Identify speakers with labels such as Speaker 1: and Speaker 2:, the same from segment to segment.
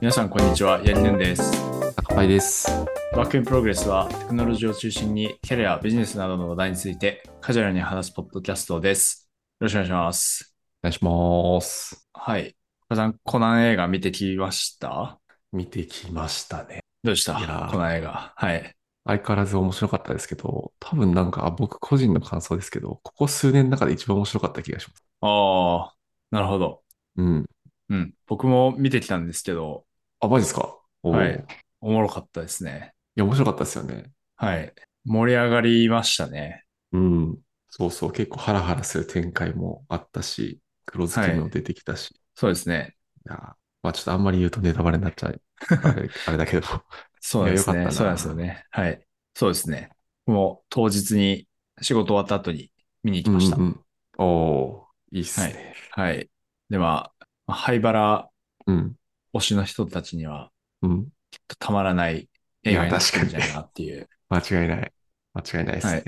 Speaker 1: 皆さん、こんにちは。ヤリヌンです。
Speaker 2: 高パイです。
Speaker 1: ワークインプログレスは、テクノロジーを中心に、キャリア、ビジネスなどの話題について、カジュアルに話すポッドキャストです。よろしくお願いします。
Speaker 2: お願いします。
Speaker 1: はい。岡田さん、コナン映画見てきました
Speaker 2: 見てきましたね。
Speaker 1: どうでし
Speaker 2: いや
Speaker 1: た
Speaker 2: ー
Speaker 1: コナン映画。はい。
Speaker 2: 相変わらず面白かったですけど、多分なんかあ僕個人の感想ですけど、ここ数年の中で一番面白かった気がします。
Speaker 1: ああ、なるほど。
Speaker 2: うん。
Speaker 1: うん。僕も見てきたんですけど、
Speaker 2: あ、マジですかおー
Speaker 1: はい
Speaker 2: い
Speaker 1: おもろかったですね。
Speaker 2: や、面白かったですよね。
Speaker 1: はい。盛り上がりましたね。
Speaker 2: うん。そうそう。結構ハラハラする展開もあったし、黒ずきも出てきたし。
Speaker 1: そうですね。
Speaker 2: い、やー、まあちょっとあんまり言うとネタバレになっちゃう。あれ あれだけど。
Speaker 1: そうなんです
Speaker 2: いや
Speaker 1: ね。
Speaker 2: よかったな
Speaker 1: そうなんですよね。はい。そうですね。もう当日に仕事終わった後に見に行きました。
Speaker 2: うんうんうんおー、いいっすね。
Speaker 1: はい。で、まあ、灰原
Speaker 2: うん。
Speaker 1: 推しの人たちには
Speaker 2: うん。
Speaker 1: たまらない映画になってるんじゃないかなっていう。
Speaker 2: 間違いない。間違いないですね。
Speaker 1: はい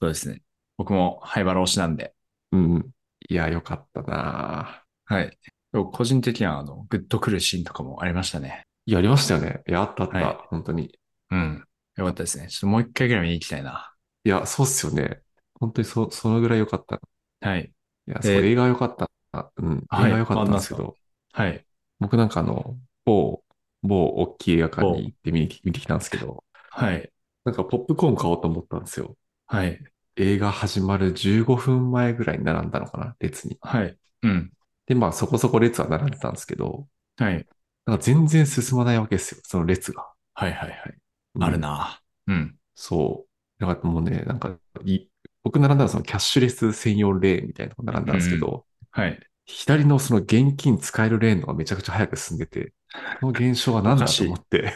Speaker 1: そうですね。僕も灰原推しなんで。
Speaker 2: うんうん。いや、よかったなぁ
Speaker 1: はい。でも個人的には、あの、グッとくるシーンとかもありましたね。
Speaker 2: いや、ありましたよね。いや、あったあった。
Speaker 1: はい
Speaker 2: 本当に。
Speaker 1: うん。よかったですね。ちょっともう一回ぐらい見に行きたいな。
Speaker 2: いや、そうっすよね。本当にそ、そのぐらいよかった。い
Speaker 1: はい。
Speaker 2: や、
Speaker 1: で
Speaker 2: そう、映画はよかったな。うん。映
Speaker 1: はい
Speaker 2: 画はよかったんですけ
Speaker 1: あ
Speaker 2: ど、
Speaker 1: はい。
Speaker 2: 僕なんかあの、某、某大きい映画館に行って見に見てきたんですけど、
Speaker 1: はい。
Speaker 2: なんかポップコーン買おうと思ったんですよ。
Speaker 1: はい。
Speaker 2: 映画始まる15分前ぐらいに並んだのかな、列に。
Speaker 1: はい。うん。
Speaker 2: で、まあそこそこ列は並んでたんですけど、
Speaker 1: はい。
Speaker 2: なんか全然進まないわけですよ、その列が。
Speaker 1: はいはいはい。
Speaker 2: うん
Speaker 1: あるな。うん。
Speaker 2: そう。だからもうね、なんかい、僕並んだのはそのキャッシュレス専用レーンみたいなとこ並んだんですけど、
Speaker 1: はい。
Speaker 2: 左のその現金使えるレーンのがめちゃくちゃ早く進んでて、この現象は何だと思って、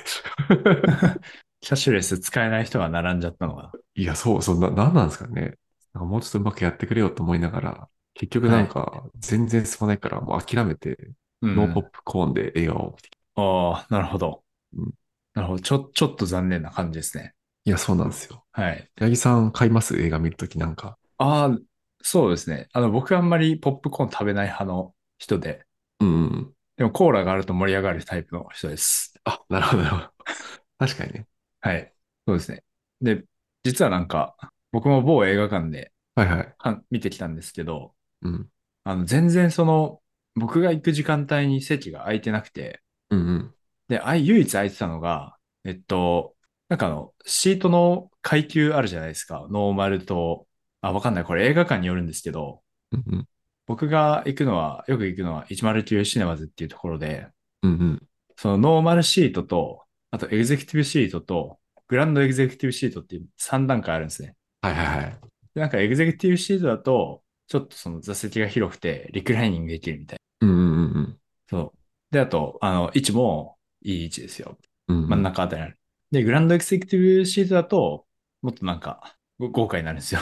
Speaker 1: キャッシュレス使えない人が並んじゃったのが。
Speaker 2: いや、そう、そんな、何なんですかね。なんかもうちょっとうまくやってくれよと思いながら、結局なんか全然進まないから、もう諦めて、
Speaker 1: うん
Speaker 2: ノーポップコーンで映画を見てきた。
Speaker 1: ああ、なるほど
Speaker 2: うん。
Speaker 1: なるほど。ちょ、ちょっと残念な感じですね。
Speaker 2: いや、そうなんですよ。
Speaker 1: はい。
Speaker 2: 八木さん買います映画見るときなんか。
Speaker 1: ああ、そうですね。あの、僕あんまりポップコーン食べない派の人で、
Speaker 2: うんうん。
Speaker 1: でもコーラがあると盛り上がるタイプの人です。
Speaker 2: あ、なるほどなるほど。確かにね。
Speaker 1: はい。そうですね。で、実はなんか、僕も某映画館で
Speaker 2: はいはい。
Speaker 1: か見てきたんですけど、
Speaker 2: うん。
Speaker 1: あの、全然その、僕が行く時間帯に席が空いてなくて、
Speaker 2: うんうん。
Speaker 1: で、あい唯一空いてたのが、えっと、なんかあの、シートの階級あるじゃないですか。ノーマルと、あ、わかんない。これ映画館によるんですけど、
Speaker 2: うんうん。
Speaker 1: 僕が行くのは、よく行くのは109シネマズっていうところで、
Speaker 2: うんうん。
Speaker 1: そのノーマルシートと、あとエグゼクティブシートと、グランドエグゼクティブシートっていう3段階あるんですね。
Speaker 2: はいはいはい。
Speaker 1: で、なんかエグゼクティブシートだと、ちょっとその座席が広くて、リクライニングできるみたい
Speaker 2: うんうんうん
Speaker 1: な。そう。で、あと、あの、位置もいい位置ですよ。
Speaker 2: うん。うん
Speaker 1: 真ん中あたりにある。で、グランドエクセクティブシートだと、もっとなんか、ご豪華になるんです よ。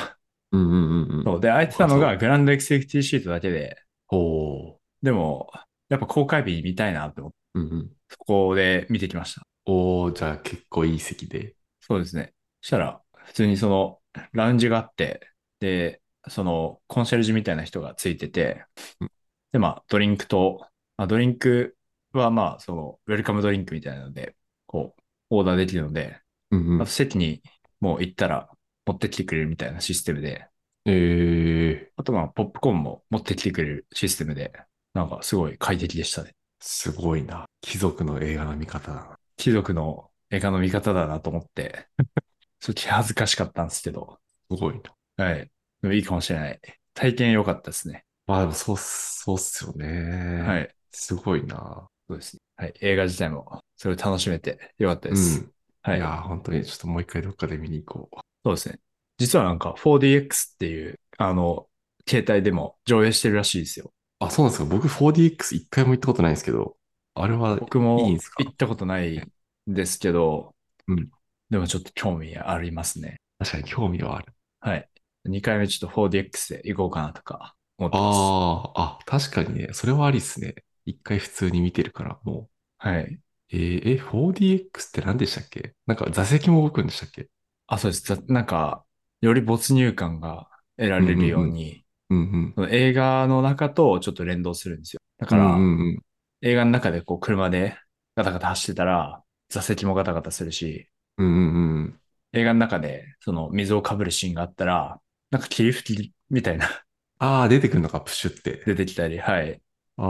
Speaker 2: うんうんうんうん。
Speaker 1: そう。で、空いてたの
Speaker 2: そ
Speaker 1: がグランドエクセクティブシートだけで、
Speaker 2: おー。
Speaker 1: でも、やっぱ公開日見たいなって思って、
Speaker 2: うんうん。
Speaker 1: そこで見てきました。
Speaker 2: おー、じゃあ結構いい席で。
Speaker 1: そうですね。そしたら、普通にその、ラウンジがあって、で、その、コンシェルジュみたいな人がついてて
Speaker 2: うん、
Speaker 1: で、まあ、ドリンクと、まあ、ドリンクは、まあ、その、ウェルカムドリンクみたいなので、こう、オーダーできるので、
Speaker 2: うんう
Speaker 1: あと席にもう行ったら持ってきてくれるみたいなシステムで、
Speaker 2: えー、
Speaker 1: あとまあポップコーンも持ってきてくれるシステムで、なんかすごい快適でしたね。
Speaker 2: すごいな。貴族の映画の見方だな。
Speaker 1: 貴族の映画の見方だなと思って、 ちょっと気恥ずかしかったんですけど、
Speaker 2: すごいな。
Speaker 1: はい。でもいいかもしれない。体験良かったですね。
Speaker 2: まあでもそうっす、そうっすよね。。
Speaker 1: はいい。
Speaker 2: すごいな。
Speaker 1: そうですね。はい。映画自体もそれを楽しめて良かった
Speaker 2: う
Speaker 1: で
Speaker 2: ん。
Speaker 1: す。
Speaker 2: い
Speaker 1: はい。
Speaker 2: やー、本当にちょっともう一回どっかで見に行こう。
Speaker 1: そうですね。実はなんか 4DX っていう、あの、携帯でも上映してるらしいですよ。
Speaker 2: あ、そうなんですか。僕 4DX 一回も行ったことないんですけど、あれは、
Speaker 1: 僕
Speaker 2: い
Speaker 1: も
Speaker 2: いんですか
Speaker 1: 行ったことないんですけど、
Speaker 2: うん
Speaker 1: でもちょっと興味ありますね。
Speaker 2: 確かに興味はある。
Speaker 1: はい。2回目ちょっと 4DX で行こうかなとか思ってます。
Speaker 2: あー、あ、確かにね、それはありっすね。一回普通に見てるから、もう。
Speaker 1: はい。
Speaker 2: えー、え、4DX って何でしたっけなんか座席も動くんでしたっけ
Speaker 1: あ、そうです。ざなんか、より没入感が得られるように、
Speaker 2: うんうん。
Speaker 1: その映画の中とちょっと連動するんですよ。だ
Speaker 2: だ
Speaker 1: から、
Speaker 2: うんうんうん。
Speaker 1: 映画の中でこう車でガタガタ走ってたら、座席もガタガタするし、
Speaker 2: うんうんうん。
Speaker 1: 映画の中で、その水をかぶるシーンがあったら、なんか霧吹きみたいな
Speaker 2: ああ、出てくるのか、プシュって。
Speaker 1: 出てきたり、はい。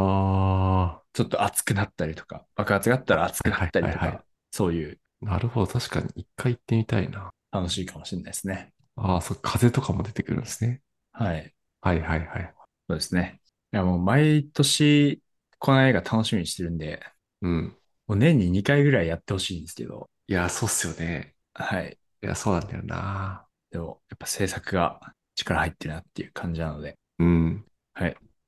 Speaker 2: あ
Speaker 1: ちょっと熱くなったりとか、爆発があったら熱くなったりと
Speaker 2: はいはいは
Speaker 1: か、そういう
Speaker 2: あ、なるほど。確かに一回行ってみたいな。
Speaker 1: 楽しいかもしれないですね。
Speaker 2: ああ、そう、風とかも出てくるんですね。
Speaker 1: はい。
Speaker 2: はいはいはい。
Speaker 1: そうですね。いや、もう毎年、この映画楽しみにしてるんで、
Speaker 2: うん。
Speaker 1: もう年に2回ぐらいやってほしいんですけど、
Speaker 2: いや、そうっすよね。
Speaker 1: はい。
Speaker 2: いや、そうなんだよな。
Speaker 1: でも、やっぱ制作が力入ってるなっていう感じなので、
Speaker 2: うん。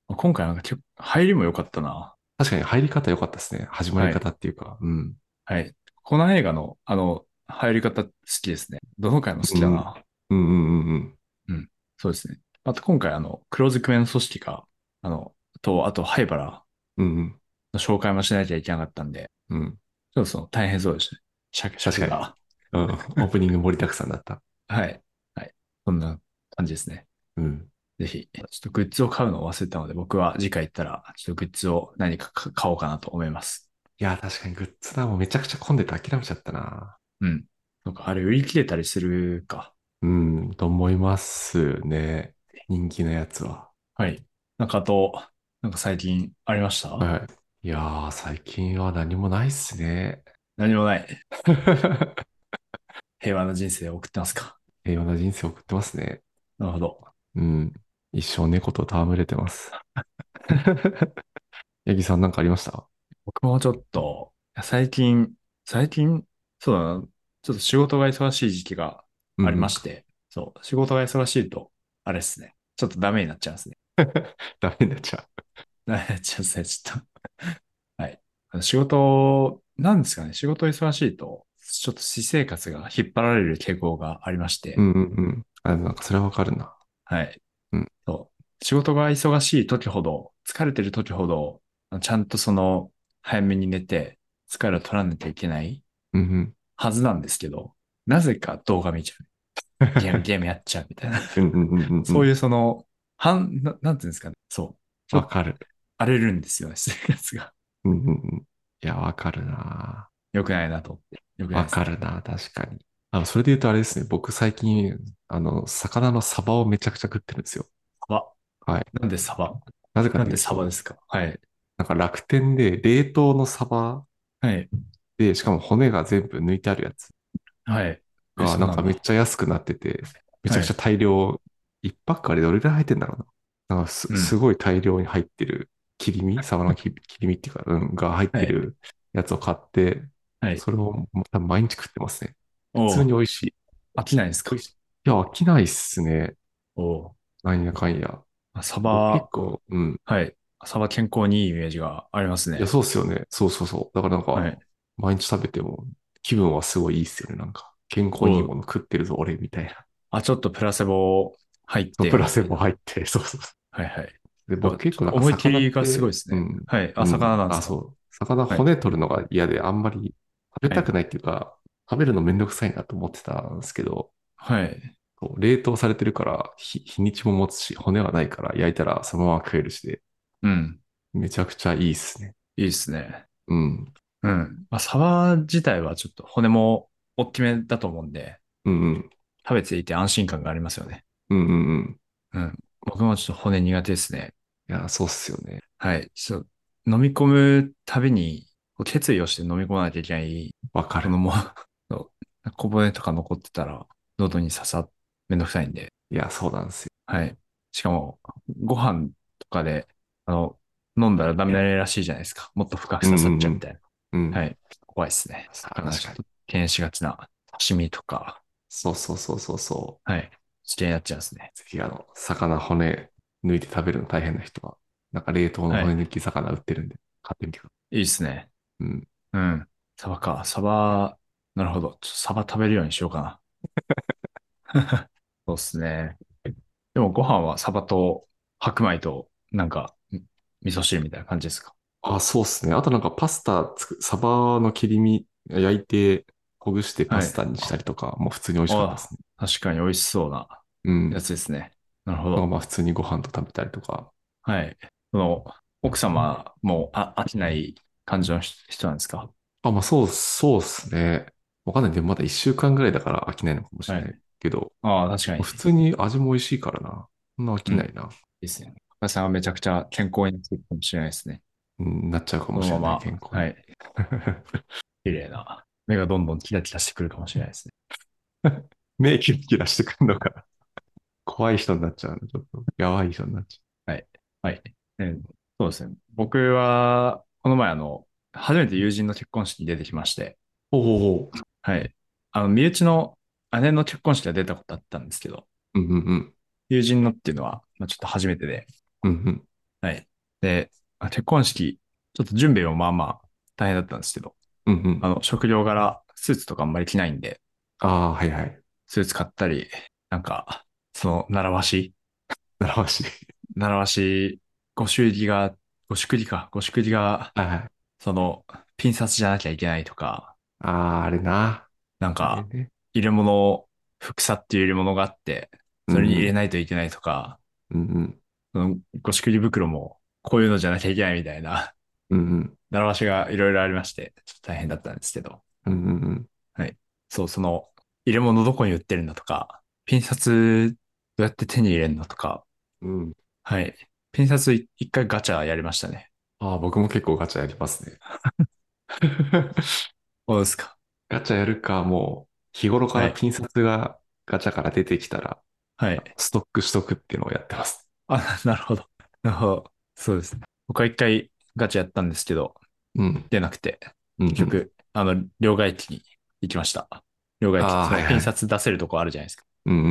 Speaker 1: 今回なんか結構入りも良かったな。
Speaker 2: 確かに入り方良かったですね。始まり方っていうか。うん。
Speaker 1: はい。この映画の、あの、入り方好きですね。どの回も好きだな。
Speaker 2: うんうんうんうん。
Speaker 1: そうですね。あと今回、あの、黒ずくめの組織が、あの、と、あと、灰原
Speaker 2: うんうん。
Speaker 1: の紹介もしなきゃいけなかったんで、
Speaker 2: うん。
Speaker 1: ちょっとその、大変そうでしたね。尺、尺
Speaker 2: 確
Speaker 1: が。
Speaker 2: うん、 オープニング盛りだくさんだった。
Speaker 1: はい。はい。そんな感じですね。
Speaker 2: うん。
Speaker 1: ぜひ、ちょっとグッズを買うのを忘れたので、僕は次回行ったら、ちょっとグッズを何かか買おうかなと思います。
Speaker 2: いや、確かにグッズだ。もうめちゃくちゃ混んでて諦めちゃったな。
Speaker 1: うん。なんか、あれ、売り切れたりするか。
Speaker 2: うん、と思いますね。人気のやつは。
Speaker 1: はい。なんか、あと、なんか最近ありました、
Speaker 2: はい。いやー、最近は何もないっすね。
Speaker 1: 何もない。平和な人生を送ってますか。
Speaker 2: 平和な人生を送ってますね。
Speaker 1: なるほど。
Speaker 2: うん。一生猫と戯れてます。 ヤギさんなんかありました
Speaker 1: 僕もちょっと、最近、最近、そうだな、ちょっと仕事が忙しい時期がありま
Speaker 2: た。
Speaker 1: して、そう、仕事が忙しいと、あれですね、ちょっとダメになっちゃいますね。
Speaker 2: ダメになっちゃ
Speaker 1: ダメになっちゃいますね、ちょっと。はい。あの仕事、なんですかね、仕事忙しいと、ちょっと私生活が引っ張られる傾向がありまして、
Speaker 2: う。うんうんうん。あ、でもなんかそれはわかるな。
Speaker 1: はい。
Speaker 2: うん
Speaker 1: そう。仕事が忙しい時ほど、疲れてる時ほど、あのちゃんとその、早めに寝て、疲れを取らなきゃいけない
Speaker 2: うんうん。
Speaker 1: はずなんですけど、なぜか動画見ちゃう。ゲーム、ゲームやっちゃうみたいな。
Speaker 2: うんうんうんうんうん。
Speaker 1: そういうその、反、ななんていうんですかね。そう。
Speaker 2: わかる。
Speaker 1: 荒れるんですよね、 生活が。
Speaker 2: うんうんうん。いや、わかるな。
Speaker 1: 良くないなと思って。良くない
Speaker 2: わ
Speaker 1: です。
Speaker 2: かるな、確かに。あの、それで言うとあれですね、僕最近、あの、魚のサバをめちゃくちゃ食ってるんですよ。
Speaker 1: サバ。
Speaker 2: はい。
Speaker 1: なんでサバ
Speaker 2: なぜか
Speaker 1: な
Speaker 2: っ
Speaker 1: ん
Speaker 2: て
Speaker 1: で
Speaker 2: いう
Speaker 1: サ
Speaker 2: と、
Speaker 1: バですかはい。
Speaker 2: なんか楽天で冷凍のサバ
Speaker 1: はい。
Speaker 2: で、しかも骨が全部抜いてあるやつ
Speaker 1: はい。え
Speaker 2: が、
Speaker 1: そう
Speaker 2: なん
Speaker 1: だ
Speaker 2: かめっちゃ安くなってて、めちゃくちゃ大量、一パックあれどれぐらい入ってんだろうな。なんかす、
Speaker 1: うん
Speaker 2: すごい大量に入ってる切り身、サバの切り切り身っていうか、うん、が入ってるやつを買って、
Speaker 1: はい
Speaker 2: それをもう多分毎日食ってますね。
Speaker 1: おう
Speaker 2: 普通に美味しい。い
Speaker 1: 飽きないですか
Speaker 2: 美味しや、飽きないっすね。
Speaker 1: おう
Speaker 2: なんやかんや。
Speaker 1: あサ
Speaker 2: 結
Speaker 1: バ、
Speaker 2: 構、うん。
Speaker 1: はい。サバ健康にいいイメージがありますね。
Speaker 2: いや、そうっすよね。そうそうそう。だからなんか、
Speaker 1: はい
Speaker 2: 毎日食べても気分はすごいいいっすよね。なんか、健康にいいもの食ってるぞ、俺、みたいな。
Speaker 1: あ、ちょっとプラセボ入って。
Speaker 2: プラセも入って、 そうそうそ
Speaker 1: はいはい。
Speaker 2: う。で、僕結構なんか
Speaker 1: 思い切りが
Speaker 2: 魚って
Speaker 1: すごいですね。
Speaker 2: うん。
Speaker 1: はい。あ、魚なんです
Speaker 2: あ、
Speaker 1: か
Speaker 2: そう。魚、
Speaker 1: はい
Speaker 2: 骨取るのが嫌で、あんまり食べたくないっていうか、食べるのめんどくさいなと思ってたんですけど、
Speaker 1: はい。
Speaker 2: こう冷凍されてるから日、日にちも持つし、骨はないから、焼いたらそのまま食えるしで、
Speaker 1: うん。
Speaker 2: めちゃくちゃいいっすね。
Speaker 1: いいですね。
Speaker 2: うん。
Speaker 1: うん。まあ、サバ自体はちょっと骨も大きめだと思うんで、
Speaker 2: うんうん。
Speaker 1: 食べていて安心感がありますよね。
Speaker 2: うんうんうん。
Speaker 1: 僕もちょっと骨苦手ですね。
Speaker 2: いや、そうっすよね。
Speaker 1: はい。ちょっと飲み込むたびに、こう決意をして飲み込まなきゃいけない
Speaker 2: わか
Speaker 1: こ
Speaker 2: る。
Speaker 1: のも うそう小骨とか残ってたら、喉に刺さ、めんどくさいんで。
Speaker 2: いや、そうなんですよ。
Speaker 1: はい。しかも、ご飯とかで、あの、飲んだらダメらしいじゃないですか。もっと深く刺さっちゃうみたいな。
Speaker 2: うん。
Speaker 1: はい怖いですね。魚
Speaker 2: 確
Speaker 1: ちょっ
Speaker 2: かに
Speaker 1: と敬遠しがちな刺身とか、
Speaker 2: そうそうそうそうそう。
Speaker 1: はい。危険になっちゃうんですね。
Speaker 2: ぜひ、あの、魚骨抜いて食べるの大変な人は、なんか冷凍の骨抜き魚売ってるんで、買ってみてくだ
Speaker 1: いいですね。
Speaker 2: さい。うん。
Speaker 1: うん。サバか。サバ、なるほど。ちょっとサバ食べるようにしようか な。そうっすね。でもご飯はサバと白米と、なんか、ん味噌汁みたいな感じですか。
Speaker 2: あ、そうっすね。あとなんかパスタつく、サバの切り身焼いて、ほぐしてパスタにしたりとか、もう普通に美味しかったですね。
Speaker 1: 確かに美味しそうな
Speaker 2: うん。
Speaker 1: やつですね。なるほ
Speaker 2: なんか
Speaker 1: ど。
Speaker 2: まあ普通にご飯と食べたりとか。
Speaker 1: はい。その、奥様もあ飽きない感じの人人なんですか
Speaker 2: あ、まあそう、そうっすね。わかんない。でもまだ一週間ぐらいだから飽きないのかもしれな
Speaker 1: はい
Speaker 2: けど、
Speaker 1: ああ、確かに。
Speaker 2: 普通に味も美味しいからな。そんな飽きないな。
Speaker 1: ですね。高橋さんはめちゃくちゃ健康になってるかもしれないですね。
Speaker 2: うん、なっちゃうか
Speaker 1: こ
Speaker 2: もし
Speaker 1: の
Speaker 2: れな
Speaker 1: ま
Speaker 2: い。健
Speaker 1: ま、は
Speaker 2: 康に。
Speaker 1: い。綺麗な。目がどんどんキラキラしてくるかもしれないですね。
Speaker 2: 目キラキラしてくんのかな。怖い人になっちゃうな。ちょっと、やばい人になっち
Speaker 1: はい。うんそうですね。僕は、この前、あの、初めて友人の結婚式に出てきまして、
Speaker 2: ゃう。おおお。
Speaker 1: はい。あの、身内の姉の結婚式は出たことあったんですけど、
Speaker 2: うんうんうん。
Speaker 1: 友人のっていうのは、まあ、ちょっと初めてで、
Speaker 2: うんうん。
Speaker 1: はい。で、あ結婚式、ちょっと準備もまあまあ大変だったんですけど、
Speaker 2: うんうん。
Speaker 1: あの、職業柄、スーツとかあんまり着ないんで、
Speaker 2: ああ、はいはい。
Speaker 1: スーツ買ったり、なんか、その、習わし、
Speaker 2: ならわしい。
Speaker 1: 習わし、ご祝儀が、ご祝儀か、ご祝儀が、
Speaker 2: はいはい。
Speaker 1: その、ピン札じゃなきゃいけないとか、
Speaker 2: ああ、あれな。
Speaker 1: なん
Speaker 2: あ
Speaker 1: か、
Speaker 2: れね。
Speaker 1: 入れ物を、副作っていう入れ物があって、それに入れ
Speaker 2: な
Speaker 1: な
Speaker 2: い。
Speaker 1: いといけないとか、
Speaker 2: うんうん。
Speaker 1: そのごしくり袋も、こういうのじゃなきゃいけないみたいな、
Speaker 2: うんうん。
Speaker 1: 習わしがいろいろありまして、ちょっと大変だったんですけど、
Speaker 2: うんうんうん。
Speaker 1: そう、その、入れ物どこに売ってるんだとか、ピン札どうやって手に入れるのとか、
Speaker 2: うん。
Speaker 1: はい。ピン札い一回ガチャやりましたね。
Speaker 2: ああ、僕も結構ガチャやりますね。
Speaker 1: そうですか。
Speaker 2: ガチャやるか、もう、日頃から
Speaker 1: はい
Speaker 2: ピン札がガチャから出てきたら、
Speaker 1: はい。
Speaker 2: ストックしとくっていうのをやってます。
Speaker 1: あ、 なるほど。なるほど。そうですね。僕は一回ガチャやったんですけど、
Speaker 2: うん。
Speaker 1: 出なくて、
Speaker 2: うん
Speaker 1: 結局、あの、両替機に行きました。両替
Speaker 2: あー
Speaker 1: 機、そ
Speaker 2: はい
Speaker 1: の
Speaker 2: はい
Speaker 1: ピン札出せるとこあるじゃないですか。
Speaker 2: うんうん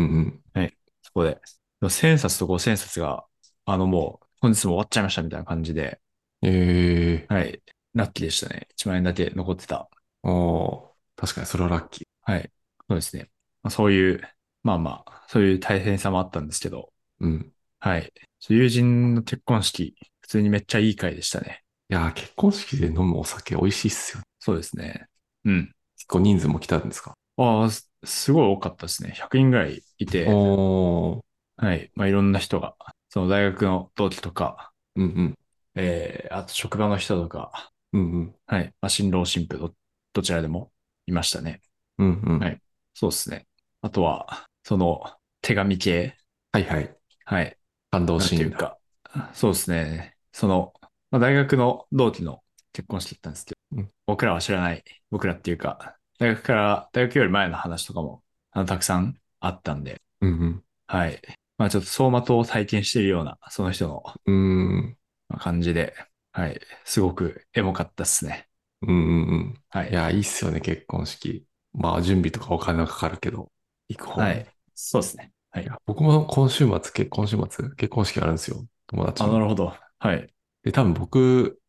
Speaker 2: うん。
Speaker 1: そこで。1000冊と5000冊が、あのもう、本日も終わっちゃいましたみたいな感じで、
Speaker 2: ええ
Speaker 1: はい。ラッキーでしたね。1万円だけ残ってた。
Speaker 2: おー確かにそれはラッキー。
Speaker 1: はい。そうですね。まあ、そういう、まあまあ、そういう大変さもあったんですけど、
Speaker 2: うん。
Speaker 1: はい。友人の結婚式、普通にめっちゃいい回でしたね。
Speaker 2: いやー、結婚式で飲むお酒美味しいっすよ。
Speaker 1: そうですね。うん。
Speaker 2: 結構人数も来たんですか
Speaker 1: ああ、すすごい多かったですね。100人ぐらいいて、
Speaker 2: おー
Speaker 1: はい。まあ、いろんな人が、その大学の同期とか、
Speaker 2: うんうん。
Speaker 1: えー、あと職場の人とか、
Speaker 2: うんうん。
Speaker 1: はい。まあ、新郎新婦ど、どちらでもいましたね。
Speaker 2: うんうん。
Speaker 1: はいそうですね。あとは、その、手紙系、
Speaker 2: はいはい。
Speaker 1: はい。
Speaker 2: 感動
Speaker 1: なん
Speaker 2: シ
Speaker 1: てい
Speaker 2: ーン
Speaker 1: う
Speaker 2: が。
Speaker 1: か、そうですね。その、まあ、大学の同期の結婚式だったんですけど、
Speaker 2: うん
Speaker 1: 僕らは知らない、僕らっていうか、大学から、大学より前の話とかも、あの、たくさんあったんで、
Speaker 2: うん
Speaker 1: はい。まあちょっと走馬灯を体験しているような、その人の
Speaker 2: うん。うん。
Speaker 1: まあ感じで、はい。すごくエモかったっすね。
Speaker 2: うんうんうん。
Speaker 1: はい。
Speaker 2: いやー、いいっすよね、結婚式。まあ、準備とかお金はかかるけど、行く方も
Speaker 1: は
Speaker 2: ね
Speaker 1: い。そうですね。はい
Speaker 2: い。や僕も今週末、結今週末、結婚式あるんですよ。友達
Speaker 1: あ、
Speaker 2: の
Speaker 1: なるほど。はい。
Speaker 2: で、多分僕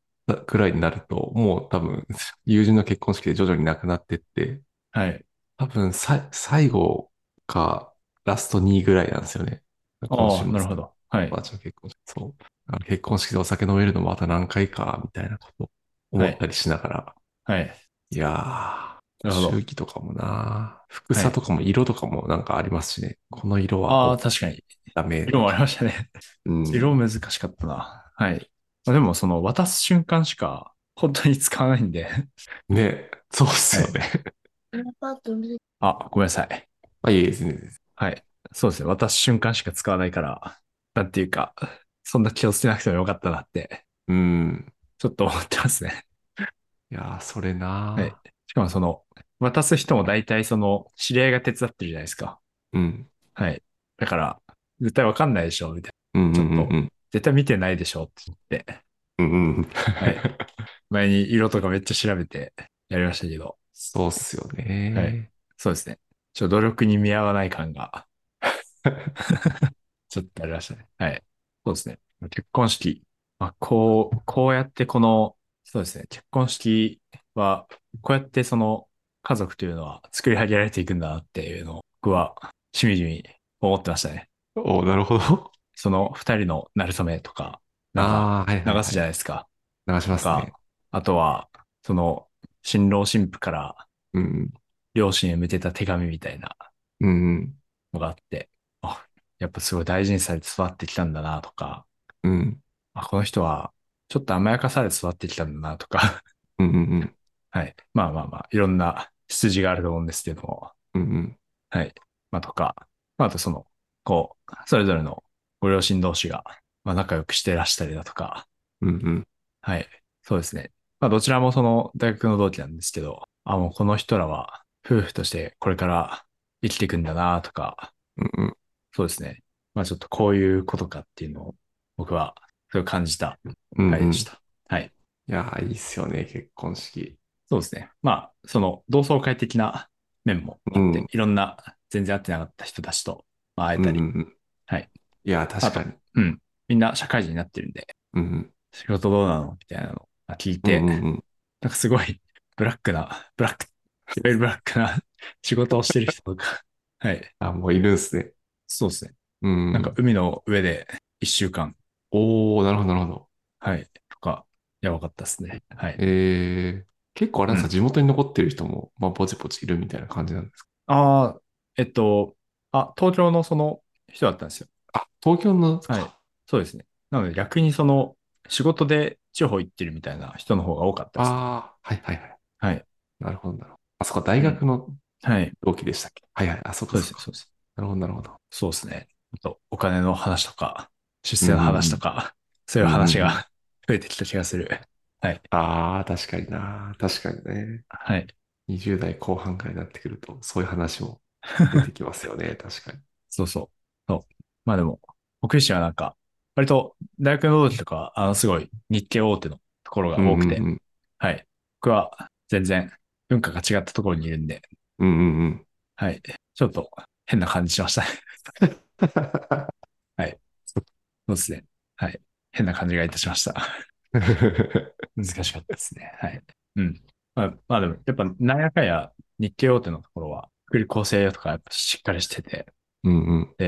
Speaker 2: くらいになると、もう多分、友人の結婚式で徐々になくなってって、
Speaker 1: はい。
Speaker 2: 多分さ、最後か、ラスト2ぐらいなんですよね。今週
Speaker 1: ああ、
Speaker 2: 末
Speaker 1: なるほ。ど。はい
Speaker 2: 友。達の結婚式。そう。だから結婚式でお酒飲めるのもまた何回か、みたいなことを思ったりしながら、
Speaker 1: はい。
Speaker 2: い、や
Speaker 1: な
Speaker 2: ー、
Speaker 1: るほど
Speaker 2: 祝。儀とかもな、服装とかも色とかもなんかありますしね。この色
Speaker 1: ああ、
Speaker 2: は
Speaker 1: 確かに。
Speaker 2: ダメ。
Speaker 1: 色もありましたね。
Speaker 2: うん
Speaker 1: 色難しかったな。はい。まあ、でも、その、渡す瞬間しか、本当に使わないんで。
Speaker 2: ね、そうっすよね。
Speaker 1: あ、ごめんなさい。
Speaker 2: あ、いえいえ、全然全然
Speaker 1: はい。そうですね。渡す瞬間しか使わないから、なんていうか、そんな気をつけなくてもよかったなって、
Speaker 2: うん。
Speaker 1: ちょっと思ってますね。
Speaker 2: いやー、それなー
Speaker 1: はいしかもその、渡す人も大体その、知り合いが手伝ってるじゃないですか。
Speaker 2: うん。
Speaker 1: はい。だから、絶対わかんないでしょ、みたいな。
Speaker 2: うん
Speaker 1: ち
Speaker 2: う
Speaker 1: ょっ
Speaker 2: ん
Speaker 1: と
Speaker 2: うん
Speaker 1: 絶対見てないでしょ、って言って。
Speaker 2: うんうんうん。
Speaker 1: はい。前に色とかめっちゃ調べてやりましたけど、
Speaker 2: そうっすよね
Speaker 1: そうですね。ちょっと努力に見合わない感が、 ちょっとありましたね。はい。そうですね。結婚式。まあ、こう、こうやってこの、そうですね。結婚式は、こうやってその家族というのは作り上げられていくんだなっていうのを、僕はしみじみ思ってましたね。
Speaker 2: ー。おなるほど。
Speaker 1: その二人の馴れ初めとか、なん
Speaker 2: ああー、はいはい
Speaker 1: か
Speaker 2: はい。
Speaker 1: 流すじゃないですか。
Speaker 2: 流しますね。
Speaker 1: あとは、その、新郎新婦から
Speaker 2: うん
Speaker 1: 両親へ向けた手紙みたいな
Speaker 2: うん。うん
Speaker 1: のがあって、あ、やっぱすごい大事にされて育ってきたんだなとか、
Speaker 2: うん。うん
Speaker 1: あ、この人はちょっと甘やかされて育ってきたんだなとか、
Speaker 2: うんうんうん。
Speaker 1: はい。まあまあまあ、いろんな筋があると思うんですけども、
Speaker 2: うんうん。
Speaker 1: まあとか、まああとその、こう、それぞれのご両親同士が、まあ仲良くしてらしたりだとか、
Speaker 2: うんうん。
Speaker 1: はい。そうですね。まあどちらもその大学の同期なんですけど、あ、もうこの人らは夫婦としてこれから生きていくんだなとか、
Speaker 2: うんうん。
Speaker 1: そうですね。まあちょっとこういうことかっていうのを僕はそう感じた
Speaker 2: うんうん
Speaker 1: 回で
Speaker 2: い
Speaker 1: した。はい。
Speaker 2: やー、いいっすよね、結婚式。
Speaker 1: そうですね。まあその同窓会的な面もあって、
Speaker 2: うん
Speaker 1: いろんな全然会ってなかった人たちとまあ会えたり、
Speaker 2: うんうんうん
Speaker 1: はい。
Speaker 2: いやー、確かに。
Speaker 1: みんな社会人になってるんで、
Speaker 2: うんうん。
Speaker 1: 仕事どうなのみたいなのを聞いて、
Speaker 2: うんう
Speaker 1: なん
Speaker 2: んうん
Speaker 1: かすごいブラックな、ブラック、いわゆるブラックな仕事をしてる人とか、 はい。
Speaker 2: あ、もういるんすね。
Speaker 1: そうですね。
Speaker 2: うん。
Speaker 1: なんか、海の上で一週間、
Speaker 2: おー、なるほど、なるほど。
Speaker 1: はい、とか、やばかったですね。はい。
Speaker 2: えー、結構あれなんですか、
Speaker 1: うん
Speaker 2: 地元に残ってる人も、まあ、ぼちぼちいるみたいな感じなんですか。
Speaker 1: ああ、えっと、あ、東京のその人だったんですよ。
Speaker 2: あ、東京の、
Speaker 1: はいそうですね。なので逆にその仕事で地方行ってるみたいな人の方が多かったですね。
Speaker 2: ああ、はいはいはい。
Speaker 1: はい。
Speaker 2: なるほど、なるほど。あそこは大学の
Speaker 1: はい。
Speaker 2: 同期でしたっけ、はいはい。あ、そっ
Speaker 1: そ
Speaker 2: か
Speaker 1: うで
Speaker 2: そ
Speaker 1: すね。
Speaker 2: っか。
Speaker 1: そうです。
Speaker 2: なるほど、なるほど。
Speaker 1: そうですね。あと、お金の話とか、出世の話とか、そういう話
Speaker 2: うんうん
Speaker 1: が増えてきた気がする。
Speaker 2: ああ、確かにな。確かにね。
Speaker 1: はい。
Speaker 2: 20代後半からになってくると、そういう 話も出てきますよね。確かに。
Speaker 1: そうそう。そう。まあでも、僕自身はなんか、割と大学の同期とか、あの、すごい日系大手のところが多くて、
Speaker 2: うんうん
Speaker 1: はい。僕は全然文化が違ったところにいるんで、
Speaker 2: うん。うんうんうん。
Speaker 1: はい。ちょっと変な感じしました ね。そうですね。はい。変な感じがいたしました。 難しかったですね。はい。うん。まあ、まあでも、やっぱ、なんやかんや日系大手のところは、福利厚生とかやっぱしっかりしてて、
Speaker 2: うんうん。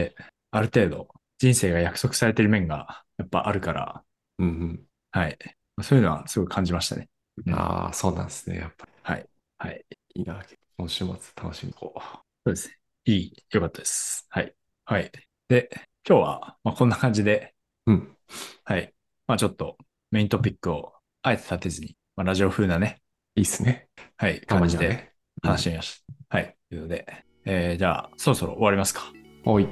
Speaker 1: ある程度人生が約束されてる面がやっぱあるから、
Speaker 2: うん
Speaker 1: はい。そういうのはすごい感じましたね。
Speaker 2: うん。ああ、そうなんですね。やっぱり
Speaker 1: はい。
Speaker 2: いいな。今週末楽しみにこう。
Speaker 1: そうですね。いい、良かったです。はい。はい。で、今日は、まあ、こんな感じで、
Speaker 2: うん。
Speaker 1: はい。まあちょっとメイントピックをあえて立てずに、まあ、ラジオ風なね、
Speaker 2: いいっすね。
Speaker 1: はい、
Speaker 2: たま
Speaker 1: 感
Speaker 2: に
Speaker 1: じ
Speaker 2: は
Speaker 1: で
Speaker 2: ね。
Speaker 1: 話してみました。はい。というので、えーじゃあ、そろそろ終わりますか。
Speaker 2: おい。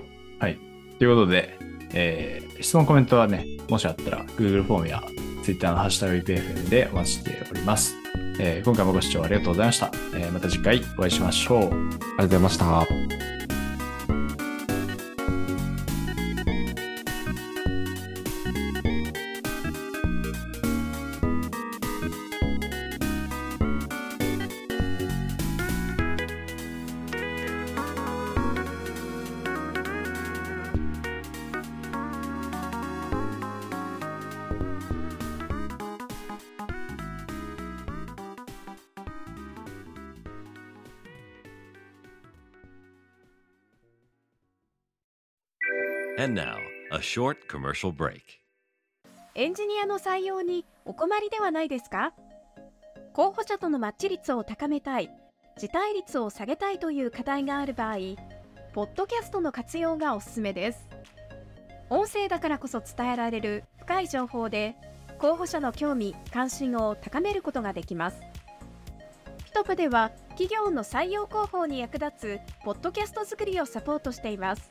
Speaker 1: ということで、えー質問、コメントはね、もしあったら Google フォームや Twitter のハッシュタグ EPFM でお待ちしております。えー今回もご視聴ありがとうございました。えーまた次回お会いしましょう。
Speaker 2: ありがとうございました。
Speaker 3: And now, a short commercial break.
Speaker 4: エンジニアの採用にお困りではないですか候補者とのマッチ率を高めたい、辞退率を下げたいという課題がある場合、ポッドキャストの活用がおすすめです。音声だからこそ伝えられる深い情報で、候補者の興味・関心を高めることができます。ピトプでは企業の採用広報に役立つポッドキャスト作りをサポートしています。